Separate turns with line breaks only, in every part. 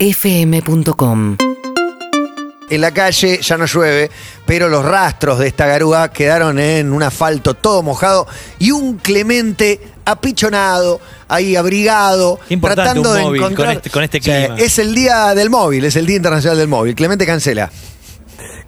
urbanaplayfm.com
En la calle ya no llueve, pero los rastros de esta garúa quedaron en un asfalto todo mojado y un Clemente apichonado, ahí abrigado,
Qué importante
tratando
un
de
móvil con
encontrar...
este- con este
Sí,
clima.
es el día del móvil, es el Día Internacional del Móvil. Clemente cancela.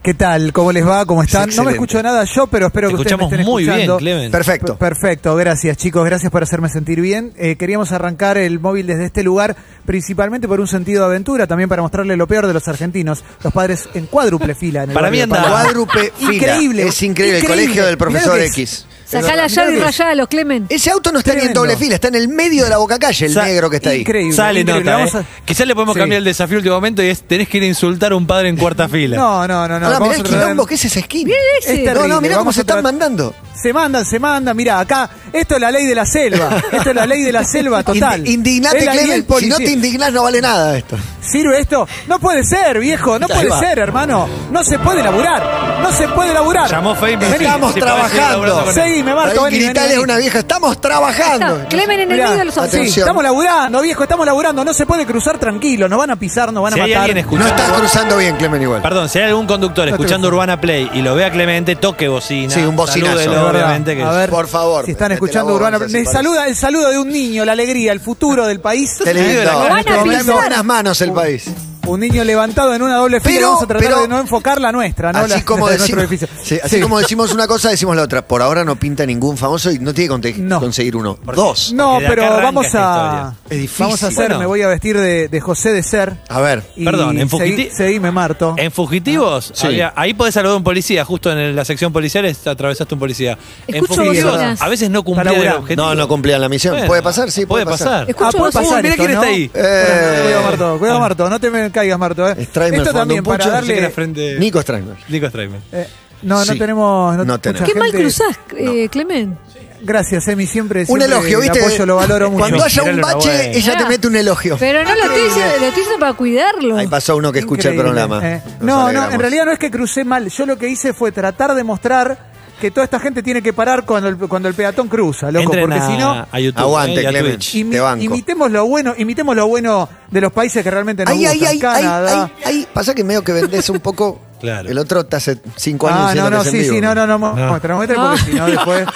¿Qué tal? ¿Cómo les va? ¿Cómo están? no me
excelente.
escucho nada yo, pero espero
Te
que ustedes me
escuchamos
estén
muy bien,
escuchando.
Clemente.
Perfecto.
P- Perfecto, gracias chicos, gracias por hacerme sentir bien. Eh, queríamos arrancar el móvil desde este lugar, principalmente por un sentido de aventura, también para mostrarle lo peor de los argentinos, los padres en cuádruple fila. En el
Para
barrio
mí anda-
de Palermo.
Cuádruple fila.
Increíble.
Es increíble. El colegio del profesor
Mirá lo que es.
X.
Sacá
Mirá
la
lo
llave y
que es.
rayá a los Clemen.
Ese auto no está ni en
Tremendo.
doble fila, está en el medio de la boca calle, el
Sa-
negro que está ahí.
Increíble.
Sale
increíble.
nota,
Vamos
eh.
a-
Quizás le podemos
Sí.
cambiar el desafío último momento y es tenés que ir a insultar a un padre en cuarta fila.
No, no, no, no.
Ahora, mirá
vamos
el
a tratar-
quilombo que es esa esquina.
Es terrible,
no, no, mirá cómo
vamos
se
a tratar-
están mandando.
Se mandan, se mandan. Mira, acá, esto es la ley de la selva. Esto es la ley de la selva total.
Indi- Indignate,
Es la ley del
Clemente. Si no
policía.
te indignás, no vale nada esto.
¿Sirve esto? No puede ser, viejo, no
Ahí
puede
va.
ser, hermano. No se puede laburar, no se puede laburar.
Llamó Facebook.
Vení.
Estamos
si podés seguir laburando
trabajando.
con él.
Seguime, Marco,
Ahí
vení,
gritale
vení,
a una vieja, estamos trabajando.
Está, Clemen en el
Mirá,
medio de los
sí,
autos.
atención.
estamos laburando, viejo, estamos laburando. No se puede cruzar tranquilo, nos van a pisar, nos van a
Si hay
matar.
alguien
No
escuchando,
estás cruzando bien, Clemen, igual.
perdón, si hay algún conductor
No te
escuchando
preocupes.
Urbana Play y lo vea Clemente, toque bocina.
Sí, un bocinazo.
salúdelo,
Es verdad.
obviamente que
A ver,
Por favor. este
si están
metete la
escuchando
voz,
Urbana,
así
me
parece.
saluda el saludo de un niño, la alegría, el futuro del país.
Qué
Lo
lindo.
van a
Está
pisar.
en buenas manos el país.
Un niño levantado en una doble fila,
Pero-
vamos a tratar
pero-
de no enfocar la nuestra, no
Así
la
como
de nuestro
decimos,
edificio.
sí, así
Sí.
como decimos una cosa, decimos la otra. Por ahora no pinta ningún famoso y no tiene que conte-
No.
conseguir uno. Dos.
No,
Porque de acá
pero
arranca
vamos
esta
a.
historia. Es difícil.
Vamos a hacer,
Bueno.
me voy a vestir de, de José de Ser.
A ver.
Y
Perdón, en
segui-
Fugiti-
Seguime, Marto.
En Fugitivos,
Sí.
había- ahí podés saludar a un policía, justo en el- la sección policial es- atravesaste un policía. en
Escucho
Fugitivos,
bocinas.
a veces no cumplía el
laburando.
objetivo.
No, no cumplían la misión.
Bueno,
puede pasar, sí, puede, pasar.
Escucho
Ah, puede
vos-
pasar
Uh, mirá
esto,
quién está
¿no?
ahí.
Eh.
Cuidado, Marto, cuidado, Marto, no te me caigas, Marto. eh.
Straimer
Esto
fumando un
también
pucho, así
para
Así que la
darle.
frente-
Nico Stranger.
Nico Straiman.
eh, no, no
Sí.
tenemos.
No
mucha
tenemos.
Qué mal
gente-
cruzás, eh, Clemen.
Gracias, Emi, siempre.
Un
siempre
elogio,
el
¿viste?
apoyo lo valoro mucho.
Cuando haya un
Miralo, no,
bache,
bueno.
ella te
Ah.
mete un elogio.
Pero
Ah,
no lo estoy diciendo, lo estoy diciendo para cuidarlo.
Ahí pasó uno que escucha el
Increíble,
programa.
eh.
Nos
No, no,
alegramos.
en realidad no es que crucé mal. Yo lo que hice fue tratar de mostrar que toda esta gente tiene que parar cuando el, cuando el peatón cruza, loco,
Entren
porque
a-
si no.
a YouTube
Aguante,
eh, y a
Clemen.
Twitch.
Te banco.
imitemos lo bueno, imitemos lo bueno de los países que realmente nos
Ay, ay,
gustan.
ay, ay,
Canadá.
ay, ay. Pasa que medio que vendés un poco.
Claro.
El otro te hace cinco años
Ah,
diciendo
no,
que
no,
es en
sí,
vivo.
sí, no, no, no, mo-
No.
muestra, muestra, porque si no después,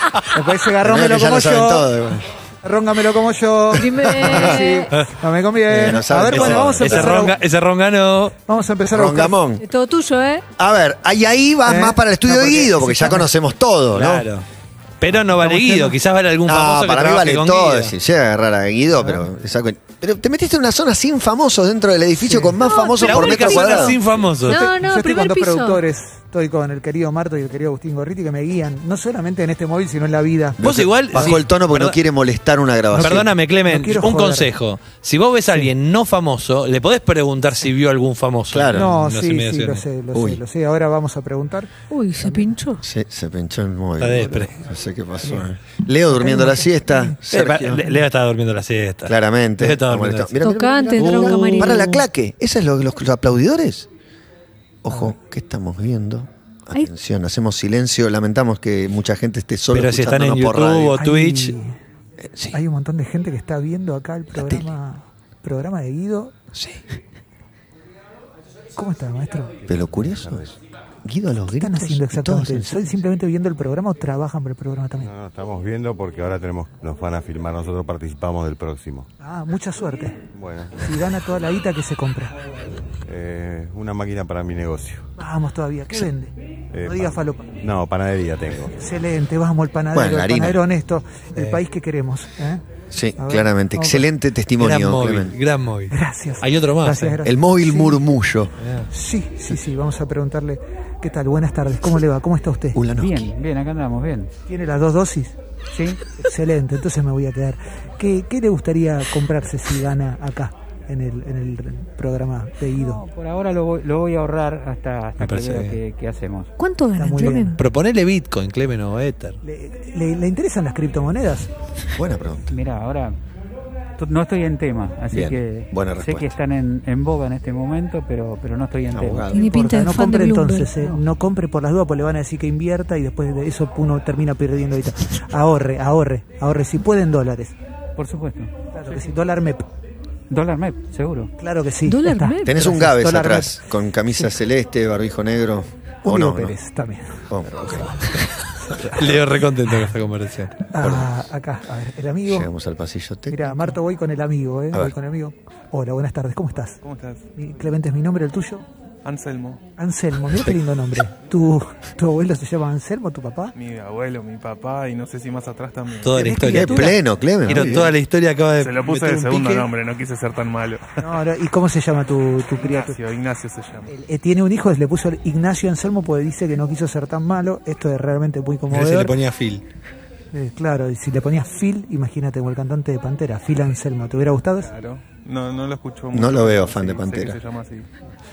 después
Medio
llega
que
rómelo
ya
como
lo saben
yo.
todo, igual.
Róngamelo como yo.
Dime.
Sí, no me conviene.
Eh, no
a
saben
ver,
qué
bueno,
son.
vamos a
Ese,
empezar. a-
ronga, ese rongano.
vamos a empezar a buscar.
Rongamón.
Es todo tuyo, ¿eh?
A ver, ahí, ahí vas
¿Eh?
más para el estudio
No,
de
porque-
Guido, porque
sí,
ya
también.
conocemos todo, ¿no?
Claro. Pero no vale
Estamos
Guido,
yendo-
quizás vale algún
No,
famoso que
para mí
trabaje
vale
con
todo.
Guido.
Si llega a agarrar a Guido,
Ah.
pero, esa cu- pero te metiste en una zona sin famosos dentro del edificio con más
No,
famosos
la
por
única
metro
zona
cuadrado.
sin famosos.
No, no,
Yo estoy con
primer
dos
piso.
productores, estoy con el querido Marto y el querido Agustín Gorriti que me guían, no solamente en este móvil, sino en la vida.
Vos igual.
Bajó
sí,
el tono porque
perdón-
no quiere molestar una grabación.
Perdóname, Clemen,
No quiero
un
joder.
consejo. Si vos ves a alguien no famoso, le podés preguntar si vio algún famoso.
Claro.
No,
en las
sí, sí, lo
inmediaciones. Eh,
sé, lo
Uy.
sé, lo sé. Ahora vamos a preguntar.
Uy, se pinchó.
Sí, se pinchó el
Está
móvil.
despre.
No sé qué pasó. eh. Leo durmiendo la siesta.
Eh, pa-
Sergio,
Le- Leo está durmiendo la siesta.
claramente.
Leo está
Como
durmiendo la
esto.
siesta.
Mirá, mirá, mirá,
Tocante,
mirá.
entró a un
Uh,
camarín.
Para la claque. ¿Esa es lo, los aplaudidores? Ojo, ¿qué estamos viendo?
Ay.
Atención, hacemos silencio. Lamentamos que mucha gente esté solo
Pero si están en
escuchándonos por
YouTube o
radio.
Twitch,
Eh, sí,
Hay un montón de gente que está viendo acá el programa, programa de Guido.
sí.
¿Cómo está, maestro?
Pero lo curioso es, Guido a los
¿Qué
gritos...
están haciendo
y todos
exactamente?
en
¿Están simplemente viendo el programa o trabajan por el programa también?
No, no, estamos viendo porque ahora tenemos, nos van a filmar, nosotros participamos del próximo.
Ah, mucha suerte.
Bueno,
Si gana toda la guita que se compra.
eh, una máquina para mi negocio.
Vamos todavía, ¿qué vende?
Eh,
No diga
pan-
falopa.
No, panadería tengo.
Excelente, vamos, el panadero,
Bueno, la
el
harina.
panadero honesto, el país que queremos. ¿eh?
Sí,
A ver,
claramente.
vamos.
Excelente
gran
testimonio,
móvil,
Clemen.
gran móvil.
Gracias.
Hay otro más.
Gracias,
eh.
gracias.
El móvil
Sí.
murmullo.
Sí, sí, sí, vamos a preguntarle, ¿qué tal? Buenas tardes, ¿cómo le va? ¿Cómo está usted?
Ulanowski.
Bien, bien, acá andamos, bien.
¿Tiene las dos dosis?
Sí,
Excelente, entonces me voy a quedar. ¿Qué, qué le gustaría comprarse si gana acá, en el, en el programa de Guido?
no, por ahora lo voy, lo voy a ahorrar hasta, hasta que
parece
vea
bien.
qué- qué hacemos.
¿Cuánto ganas,
muy
Clemen?
bien.
Proponele Bitcoin, Clemen o Ether.
¿Le, le- le interesan las criptomonedas?
Buena pregunta.
Mira, ahora t- no estoy en tema, así
Bien,
que
buena
sé
respuesta.
que están en, en boga en este momento, pero, pero no estoy en
Abogado.
tema.
Tiene pinta de Oh,
no
fan de
compre
Bloomberg.
entonces, eh, no compre por las dudas, porque le van a decir que invierta y después de eso uno termina perdiendo ahorita. Ahorre, ahorre, ahorre, si puede en dólares.
Por supuesto.
Claro que sí, dólar MEP.
Dólar MEP, seguro.
Claro que sí.
Dólar
Está.
MEP.
Tenés
Gracias.
un Gávez
Dólar
atrás, con camisa celeste, barbijo negro.
MEP.
¿O
Un Diego
no? no?
Pérez también.
Oh, ok.
Leo recontento con esta conversación.
Ah, acá, a ver, el amigo.
Llegamos al pasillo técnico.
Mira, Marto, voy con el amigo, ¿eh?
A ver.
Voy con el amigo. Hola, buenas tardes, ¿cómo estás?
¿Cómo estás?
Mi- Clemente es mi nombre, el tuyo.
Anselmo.
Anselmo, mira qué lindo nombre. ¿Tu, ¿Tu abuelo se llama Anselmo, tu papá?
Mi abuelo, mi papá y no sé si más atrás también.
Toda la
¿Tenés
historia.
Qué
criatura?
pleno, Clemen.
Pero
muy
toda
bien.
la historia acaba
Eh,
de.
Se lo puse
meter
de
un
segundo
pique.
nombre, no quise ser tan malo.
No, ahora, ¿Y cómo se llama tu, tu criatura?
Ignacio, Ignacio se llama.
El- eh, tiene un hijo, le puso el Ignacio Anselmo porque dice que no quiso ser tan malo. Esto es realmente muy
Mirá si le
conmovedor.
ponía Phil.
Eh, claro, y si le ponías Phil, imagínate como el cantante de Pantera, Phil Anselmo. ¿Te hubiera gustado? eso?
Claro. No, no lo escucho mucho.
No lo veo fan de
sé que
Pantera.
se llama así.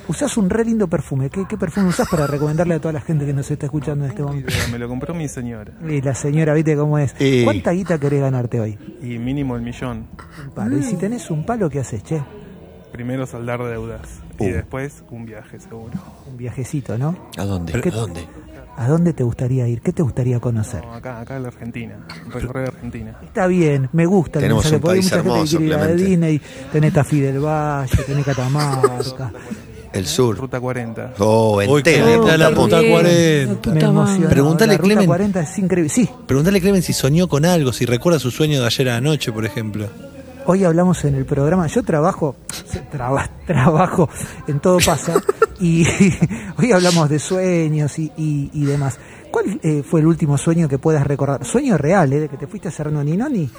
Usás un re lindo perfume. ¿Qué, qué perfume usás para recomendarle a toda la gente que nos está escuchando en este
Ni
momento?
idea, Me lo compró mi señora.
Y la señora, viste cómo es.
Y-
¿Cuánta guita querés ganarte hoy?
Y mínimo el millón.
Un palo.
Mm.
Y si tenés un palo, ¿qué haces, che?
Primero saldar deudas. Y
Uh.
después un viaje seguro.
Un viajecito, ¿no?
¿A dónde?
¿Qué-
¿A dónde?
¿A dónde te gustaría ir? ¿Qué te gustaría conocer?
No, acá, acá en la Argentina. Recorrer Argentina.
Está bien, me gusta. el
Tenemos
mensaje,
un
porque hay
país
mucha gente que
hermoso,
quiere ir a
Clemente.
Disney, tenés Tafí del Valle, tenés Catamarca.
El sur.
Ruta 40.
Oh,
Uy, qué
entera.
linda la
Qué
puta
bien,
40.
la
me
puta
emocionó.
madre.
Preguntale,
La Ruta
Clemen.
40 es increíble. Sí,
Preguntale a Clemen si soñó con algo, si recuerda su sueño de ayer anoche, por ejemplo.
Hoy hablamos en el programa, yo trabajo, traba- trabajo, en todo pasa, y hoy hablamos de sueños y, y- y demás. ¿Cuál eh, fue el último sueño que puedas recordar? Sueño real, ¿eh? De que te fuiste a hacer noninoni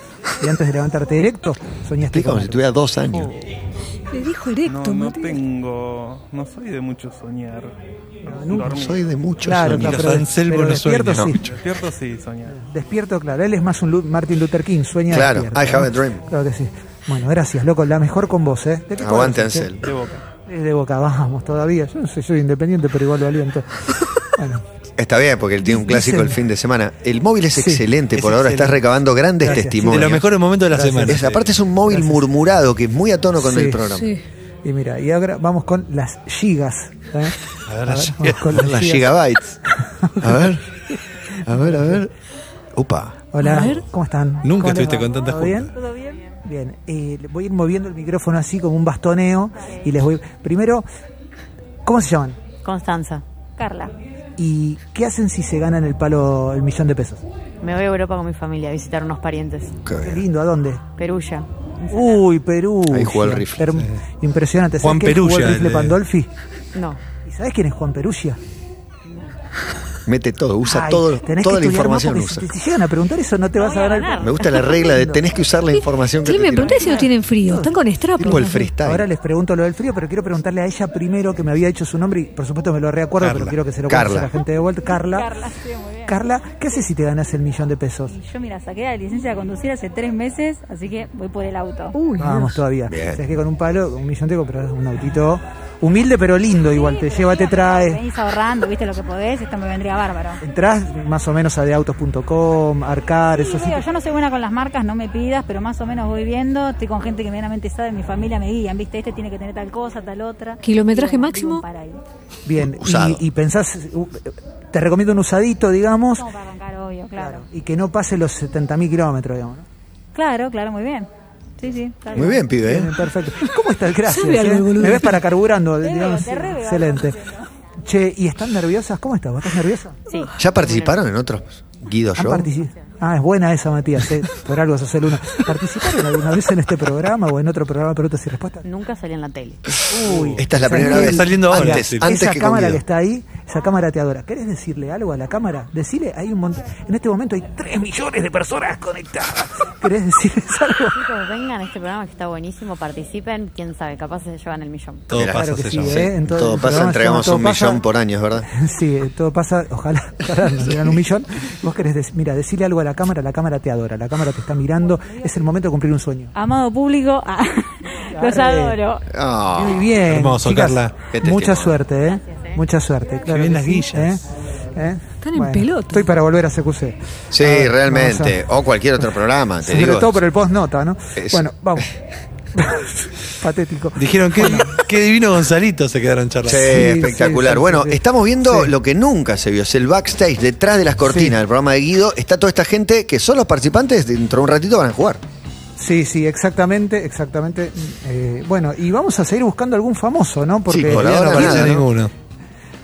y antes de levantarte directo soñaste
Explica como
con
si
algo.
tuviera dos años.
Oh,
Le dijo erecto,
No, no
Matías.
tengo. No soy de mucho soñar.
nunca
Dormir.
Soy de muchos
Claro,
años.
claro,
Los
pero-
Anselmo
pero
no
despierto
sueñan.
sí.
Despierto sí, soñar.
Despierto, claro. Él es más un Lu- Martin Luther King, sueña
Claro,
despierto,
I have
¿no?
a dream.
Claro que sí. Bueno, gracias, loco. La mejor con vos, ¿eh? ¿De qué
Aguante,
cuadro sos, eh?
Ansel.
De boca.
Es de Boca, vamos, todavía. Yo no sé, soy independiente, pero igual lo aliento. Bueno,
Está bien, porque él tiene un clásico
Dicen-
el fin de semana. El móvil es
Sí,
excelente,
es
por ahora
excelente.
estás recabando grandes
Gracias.
De
testimonios.
los mejores momentos de la semana.
Es- aparte es un móvil
Gracias.
murmurado que es muy a tono con
Sí.
el programa.
Sí.
y mira, y ahora vamos con las gigas. ¿eh?
A ver,
A
las
ver, vamos con
A ver, las gigabytes. A ver, a ver, a ver. Upa.
Hola,
A ver.
¿cómo están?
Nunca
¿Cómo les
estuviste
va?
con tantas
¿Todo bien?
juntas.
¿Todo bien? Bien, eh, le voy a ir moviendo el micrófono así como un bastoneo y les voy... Primero, ¿cómo se llaman?
Constanza. Carla.
¿Y qué hacen si se ganan el palo, el millón de pesos?
Me voy a Europa con mi familia a visitar unos parientes.
Qué
Qué
bien.
lindo, ¿a dónde?
Perulla.
Uy, Perú.
Ahí jugó el rifle.
Herm- Impresionante. ¿Sabés
Juan
quién jugó
Perugia,
el rifle
el de-
Pandolfi?
No.
¿Y sabés quién es Juan Perugia?
Mete todo, usa
Ay,
todo,
tenés
toda
que
la
estudiar más
información
porque
usa.
Si te, si llegan a preguntar eso, no te vas a
voy a
ganar.
ganar.
el-
Me gusta la regla de tenés que usar la información que te
Clemen,
tiran.
preguntale si no tienen frío. Están con estrapos.
Tipo el freestyle.
Ahora les pregunto lo del frío, pero quiero preguntarle a ella primero que me había dicho su nombre y por supuesto me lo reacuerdo,
Carla.
pero quiero que se lo cuente
Carla.
a la gente de vuelta. Carla.
Carla, sí, muy bien.
Carla, ¿qué haces si te ganas el millón de pesos?
Y yo, mira, saqué la licencia de conducir hace tres meses, así que voy por el auto.
Uy,
Vamos todavía.
Bien.
Sabés que con un palo, con un millón te compras un autito humilde pero lindo igual. Te lleva, te trae.
Venís ahorrando, viste lo que podés, esto me vendría bárbaro.
Entrás más o menos a deautos.com, Arcar,
Sí,
esos
digo,
sitios.
yo no soy buena con las marcas, no me pidas, pero más o menos voy viendo, estoy con gente que medianamente sabe, mi familia me guían, viste, este tiene que tener tal cosa, tal
Ah.
otra.
¿Kilometraje
Digo,
máximo?
digo, para ahí.
Bien,
Usado.
y, y pensás, u- te recomiendo un usadito, digamos,
No, para arrancar, obvio, claro.
y que no pase los 70.000 kilómetros, digamos. ¿no?
Claro, claro, muy bien. Sí, sí. claro.
Muy bien, pibe. ¿eh?
Bien, perfecto. ¿Cómo estás? Gracias.
Sabe algo,
eh.
boludo.
Me ves para carburando,
veo,
digamos,
te re veo,
excelente.
algo
Che, ¿y están nerviosas? ¿Cómo estás? ¿Vos estás nerviosa?
Sí.
¿Ya participaron en otros Guido
¿Han
Show?
partici- Ah, es buena esa, Matías. eh. Por algo sos el uno. ¿Participaron alguna vez en este programa o en otro programa de preguntas y respuestas?
Nunca salí en la tele.
Uy,
Esta es la primera
Samuel,
vez.
Saliendo ahora.
antes, antes
esa
que con
cámara
Guido.
que está ahí, esa cámara te adora. ¿Querés decirle algo a la cámara? Decirle, hay un montón. En este momento hay 3 millones de personas conectadas. ¿Querés decirles algo?
Chicos, vengan a este programa que está buenísimo, participen. Quién sabe, capaz se llevan el millón.
Todo
Claro
pasa,
que
se
sí,
llama.
¿eh? En todo-
todo
en
pasa,
programa
entregamos
se llama
un
Todo pasa.
millón por año, es verdad.
Sí, todo pasa, ojalá, ojalá nos dieran un millón. Vos querés decir, mira, decirle algo a la cámara, la cámara te adora, la cámara te está mirando, es el momento de cumplir un sueño.
Amado público, ah, los
Arre.
adoro.
Ah,
Muy bien.
Hermoso,
chicas,
Carla.
Qué
Mucha
testimonio.
suerte, ¿eh? Mucha suerte, claro.
bien
que
las
sí,
guillas.
¿eh? ¿Eh?
Están en pelota.
Estoy para volver a CQC.
Sí,
A ver, vamos
realmente.
a-
O cualquier otro programa, te
Sobre
digo.
todo por el post nota, ¿no?
Es-
Bueno, vamos. Patético.
Dijeron que, qué divino Gonzalito se quedaron charlando.
Sí, espectacular.
eh. sí, sí,
bueno,
sí.
estamos viendo
Sí.
lo que nunca se vio, es el backstage, detrás de las cortinas
Sí.
del programa de Guido, está toda esta gente que son los participantes, dentro de un ratito van a jugar.
Sí, sí, exactamente, exactamente. Eh, bueno, y vamos a seguir buscando algún famoso, ¿no?
Sí, por
ya
ahora
no
para
queda,
nada,
¿no?
ninguno.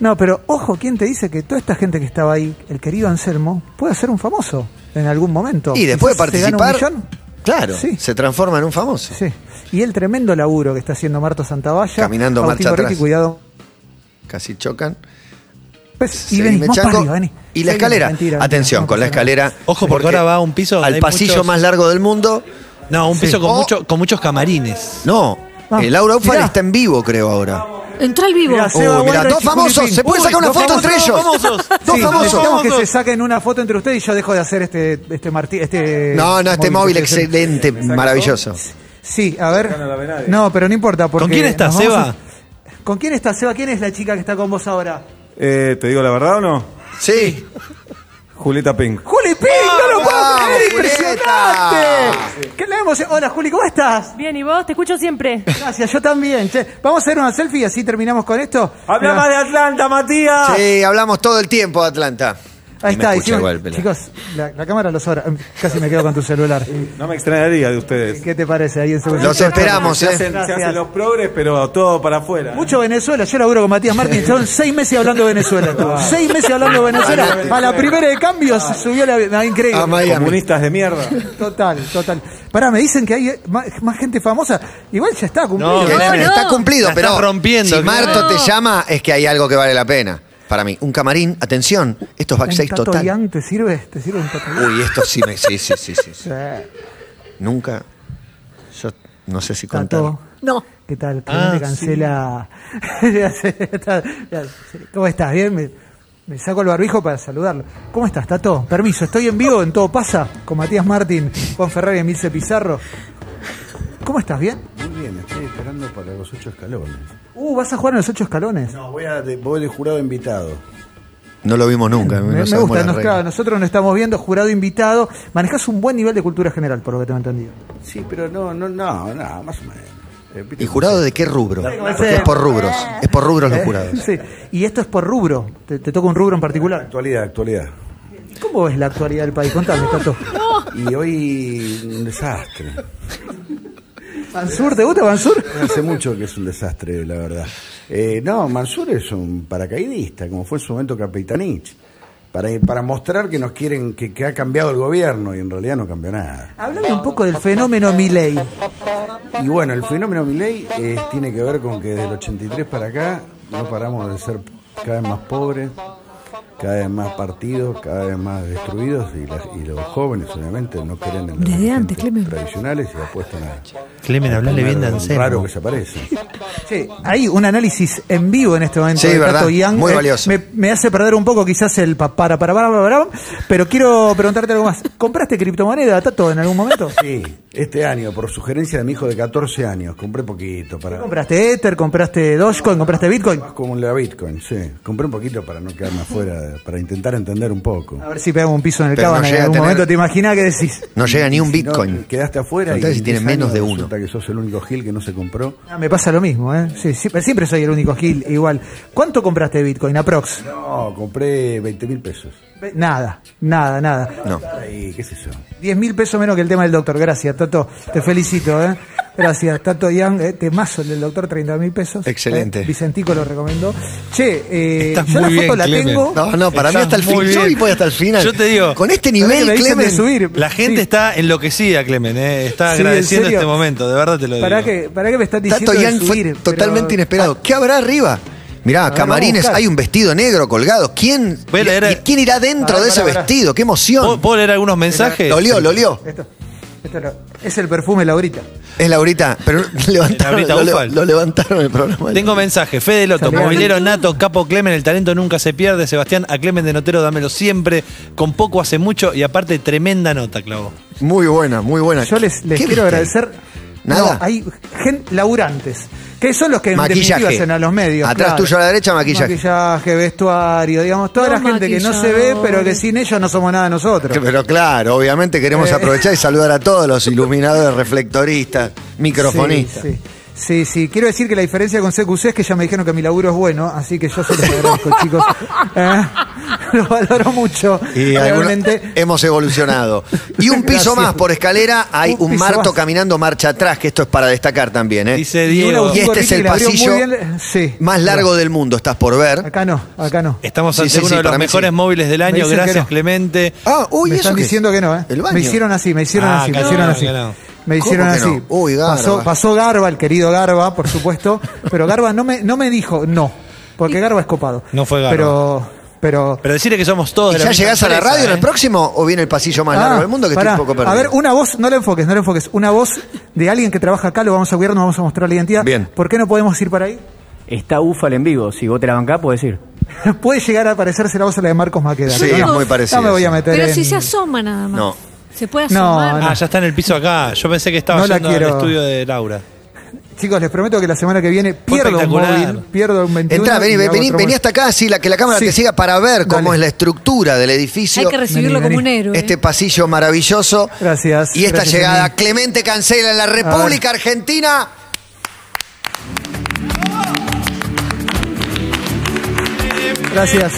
No, pero ojo, ¿quién te dice que toda esta gente que estaba ahí, el querido Anselmo, puede ser un famoso en algún momento?
Y después de
Quizás se gana un
participar,
millón.
claro,
Sí.
se transforma en un famoso.
Sí. Y el tremendo laburo que está haciendo Marto Santavalla.
Caminando
Agustín
marcha
Gorriti,
atrás.
cuidado.
Casi chocan.
Pues, y
Seguime,
vení, más para
Chango.
arriba, vení.
Y la
Seguime,
escalera.
mentira, mentira,
Atención,
no
con la
pasa nada.
escalera.
Ojo, porque ahora va a un piso donde
Al
hay
pasillo
muchos-
más largo del mundo.
No, un piso
Sí.
con,
O-
mucho- con muchos camarines.
No.
Ah,
el Laura Ufal
mirá.
está en vivo, creo, ahora.
Entra al vivo.
Mirá,
Uy,
Seba
mirá,
Walter
dos
y
famosos.
Chiquitín.
¿Se puede
Uy,
sacar una
dos
foto
famosos,
entre
dos
ellos? Dos
famosos.
Sí, necesitamos
famosos.
que se saquen una foto entre ustedes y yo dejo de hacer este, este, marti- este
No, no, este móvil
que estoy haciendo.
excelente, maravilloso.
Sí, a ver. No, pero no importa. Porque
¿Con quién está,
nos vamos
Seba?
a- ¿Con quién está, Seba? ¿Quién es la chica que está con vos ahora?
Eh, ¿Te digo la verdad o no?
Sí.
Julieta Pink.
¡Juli Pink! ¡No lo puedo
¡Vamos,
creer!
Julieta!
¡Impresionante! ¡Qué la emoción! Hola, Juli, ¿cómo estás?
Bien, ¿y vos? Te escucho siempre.
Gracias, yo también. Che, vamos a hacer una selfie y así terminamos con esto. Mirá,
de Atlanta,
Ah.
Matías!
Sí, hablamos todo el tiempo de Atlanta.
Ahí
Y me
está,
escucha
hicimos-
igual, Pela.
chicos, la, la cámara los sobra. Casi me quedo con tu celular.
No me extrañaría de ustedes.
¿Qué te parece ahí en segundo?
Los esperamos, ¿eh?
Se
Gracias.
hacen los progres, pero todo para afuera.
Mucho Venezuela, yo laburo con Matías Martín, estaban seis meses hablando de Venezuela. estuvo. Seis meses hablando de Venezuela. A la primera de cambios subió la, la- increíble.
Ah. A Miami.
Comunistas de mierda.
Total, total. Pará, me dicen que hay eh, ma- más, gente famosa. Igual ya está cumplido.
No,
Que no,
no,
Está cumplido,
La
pero
estás rompiendo,
si Marto
claro.
te llama es que hay algo que vale la pena. Para mí, un camarín, atención, esto es
¿Un
backstage
Tato
total.
Yang te sirve? ¿Te sirve un Tato Yang?
Uy, esto sí me... Sí, sí, sí, sí. sí.
Sí.
Nunca... Yo no sé si contar.
Tato. No. ¿Qué tal? ¿Por qué te cancela? ¿Cómo estás? ¿Bien? Me, me saco el barbijo para saludarlo. ¿Cómo estás, Tato? Permiso, estoy en vivo en Todo Pasa con Matías Martín, Juan Ferrari y Emilce Pizarro. ¿Cómo estás? ¿Bien?
Muy bien, estoy esperando para los ocho escalones.
Uh, ¿vas a jugar en los ocho escalones?
No, voy, a, de- voy de jurado invitado.
No lo vimos nunca. no
Me, me
sabemos
gusta,
las
nos,
reglas.
claro, nosotros nos estamos viendo, jurado invitado. Manejás un buen nivel de cultura general, por lo que tengo entendido.
Sí, pero no, no, no, no, más o menos. Eh, viste
¿Y
cómo
jurado
se-
de qué rubro?
La-
Porque es por rubros. Es por rubros
Eh.
los jurados.
Sí. Y esto es por rubro, te, te toca un rubro en particular.
Actualidad, actualidad.
¿Cómo ves la actualidad del país? Contame, Tato.
Y hoy un desastre.
¿Mansur? ¿Te gusta Mansur?
Hace mucho que es un desastre, la verdad. Eh, no, Mansur es un paracaidista, como fue en su momento Capitanich. Para, para mostrar que nos quieren, que, que ha cambiado el gobierno y en realidad no cambió nada.
Háblame un poco del fenómeno Milei.
Y bueno, el fenómeno Milei eh, tiene que ver con que desde el 83 para acá no paramos de ser cada vez más pobres, cada vez más partidos, cada vez más destruidos y, la- y los jóvenes obviamente no creen en las
Desde antes,
corrientes
Clemen.
tradicionales y apuestan a...
Clemen, hablale bien de Anselmo.
Raro que se aparece.
Sí, hay un análisis en vivo en este momento
Sí,
de
verdad,
Tato Yang.
muy
Eh,
valioso.
Me, me hace perder un poco quizás el pa- para para para para, para, pero quiero preguntarte algo más. ¿Compraste criptomoneda, Tato, en algún momento?
Sí, este año, por sugerencia de mi hijo de 14 años, compré poquito para...
¿Compraste Ether? ¿Compraste Dogecoin? ¿Compraste Bitcoin?
Más como la Bitcoin, sí. Compré un poquito para no quedarme afuera, para intentar entender un poco.
A ver si pegamos un piso en el
Pero no
cabana. en
llega a
algún
tener-
momento te imaginás que decís.
No llega ni un
Si no,
bitcoin.
quedaste afuera
Entonces,
y
si tiene
en 10
menos de
años
uno.
Resulta que sos el único Gil que no se compró.
Ah, me pasa lo mismo, ¿eh? Sí, sí, pero siempre soy el único Gil, igual. ¿Cuánto compraste de Bitcoin? Aprox.
No, compré 20 mil pesos.
Nada, nada, nada.
No.
Ay, qué sé yo.
10 mil pesos menos que el tema del doctor. Gracias, Tato. Te felicito, ¿eh? Gracias, Tato Yang. ¿eh? Temazo el del doctor, 30 mil pesos.
Excelente.
¿eh? Vicentico lo recomendó. Che, eh,
Estás
yo la
muy
foto
bien,
la
Clemen.
tengo.
No, no, para mí
Estás
hasta el
muy
fin. Yo
bien.
vi pues hasta el final.
Yo te digo.
Con este
Sabés que
nivel,
me dicen de
Clemen.
subir.
La gente
Sí.
está enloquecida, Clemen, eh. está
Sí, en
agradeciendo
serio.
este momento, de verdad te lo digo.
¿Para qué, para qué me estás diciendo
Tato
de
Yang fue
subir? Pero-
totalmente inesperado. ¿Qué habrá arriba? Mirá,
ver,
camarines,
vamos a buscar.
hay un vestido negro colgado. ¿Quién,
Voy a leer-
y- ¿quién irá dentro
A ver,
de ese
pará, pará.
vestido? ¡Qué
¿Puedo,
emoción!
puedo leer algunos mensajes?
Lo olió, lo olió.
Esto, esto lo- es el perfume Laurita.
Es Laurita, pero levantaron,
Laurita
lo, le-
Ufal.
lo levantaron el programa.
Tengo mensaje. Fede Loto,
Saludame.
movilero nato, capo Clemen, el talento nunca se pierde. Sebastián, a Clemen de Notero, dámelo siempre. Con poco hace mucho y aparte tremenda nota, Clavo.
Muy buena, muy buena.
Yo les, les
¿Qué viste?
quiero agradecer.
Nada.
No, hay gen laburantes, que son los que en
Maquillaje.
definitiva hacen a los medios.
Atrás
claro.
tuyo a la derecha, maquillaje.
Maquillaje, vestuario, digamos, toda
Los
la gente que no se ve, pero que sin ellos no somos nada nosotros.
Que- Pero claro, obviamente queremos
Eh.
aprovechar y saludar a todos los iluminadores, reflectoristas, microfonistas.
Sí, sí. Sí, sí. quiero decir que la diferencia con CQC es que ya me dijeron que mi laburo es bueno, así que yo se los agradezco, chicos. ¿Eh? lo valoro mucho.
Y alguna-
realmente.
hemos evolucionado. Y un piso
Gracias.
más por escalera, hay
Un
un,
piso
marto
más.
caminando marcha atrás, que esto es para destacar también. ¿eh?
Dice
Y una
Diego.
Y este es el
Le abrió muy
pasillo
bien- sí.
más largo del mundo, estás por ver.
Acá no, acá no.
Estamos
Sí,
ante
sí,
uno
sí,
de los
para mí
mejores
sí.
móviles del año.
dicen que
Gracias,
no.
Clemente.
Ah, uy,
me
eso
están
qué es?
diciendo que no, ¿eh?
El baño.
Me hicieron así, me hicieron
Ah,
así, me
claro,
hicieron así.
claro.
Me
¿Cómo
hicieron
que
así.
no? Uy, Garba.
Pasó, pasó Garba, el querido Garba, por supuesto, pero Garba no me, no me dijo no, porque Garba es copado.
No fue Garba.
Pero, pero.
Pero decirle que somos
¿Y
todos de la
ya
misma
llegás a la
empresa,
radio en el
¿eh?
próximo o viene el pasillo más largo
Ah,
del mundo que
pará.
estoy un poco perdido?
A ver, una voz, no la enfoques, no la enfoques, una voz de alguien que trabaja acá, lo vamos a cuidar, nos vamos a mostrar la identidad.
Bien.
¿Por qué no podemos ir para ahí?
Está Ufal en vivo. Si vos te la bancás, podés ir.
Puede llegar a parecerse la voz a la de Marcos Maqueda.
Sí,
pero
es
no,
muy parecida,
No me voy a
sí.
meter
Pero
en-
si se asoma nada más.
No.
Se puede
No,
asomar.
no.
Ah, ya está en el piso acá. Yo pensé que estaba
No la
yendo al
quiero.
estudio de Laura.
Chicos, les prometo que la semana que viene pierdo un
espectacular.
móvil, pierdo un 21.
Entrá, vení,
y hago
vení,
otro
vení
móvil.
hasta acá, sí, la, que la cámara
Sí.
te siga para ver cómo
Dale.
es la estructura del edificio.
Hay que ¿eh? recibirlo
Vení, vení.
como un héroe.
este pasillo maravilloso.
Gracias,
Y esta
gracias,
llegada.
Emil.
Clemente Cancela en la República Argentina.
Gracias.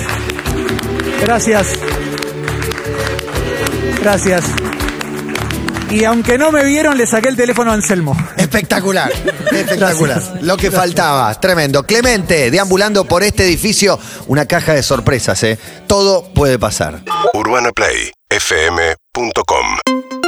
Gracias. Gracias. Y aunque no me vieron, le saqué el teléfono a Anselmo.
Espectacular, espectacular.
Gracias.
Lo que faltaba, tremendo. Clemente, deambulando por este edificio, una caja de sorpresas, ¿eh? Todo puede pasar.
UrbanaPlayFM.com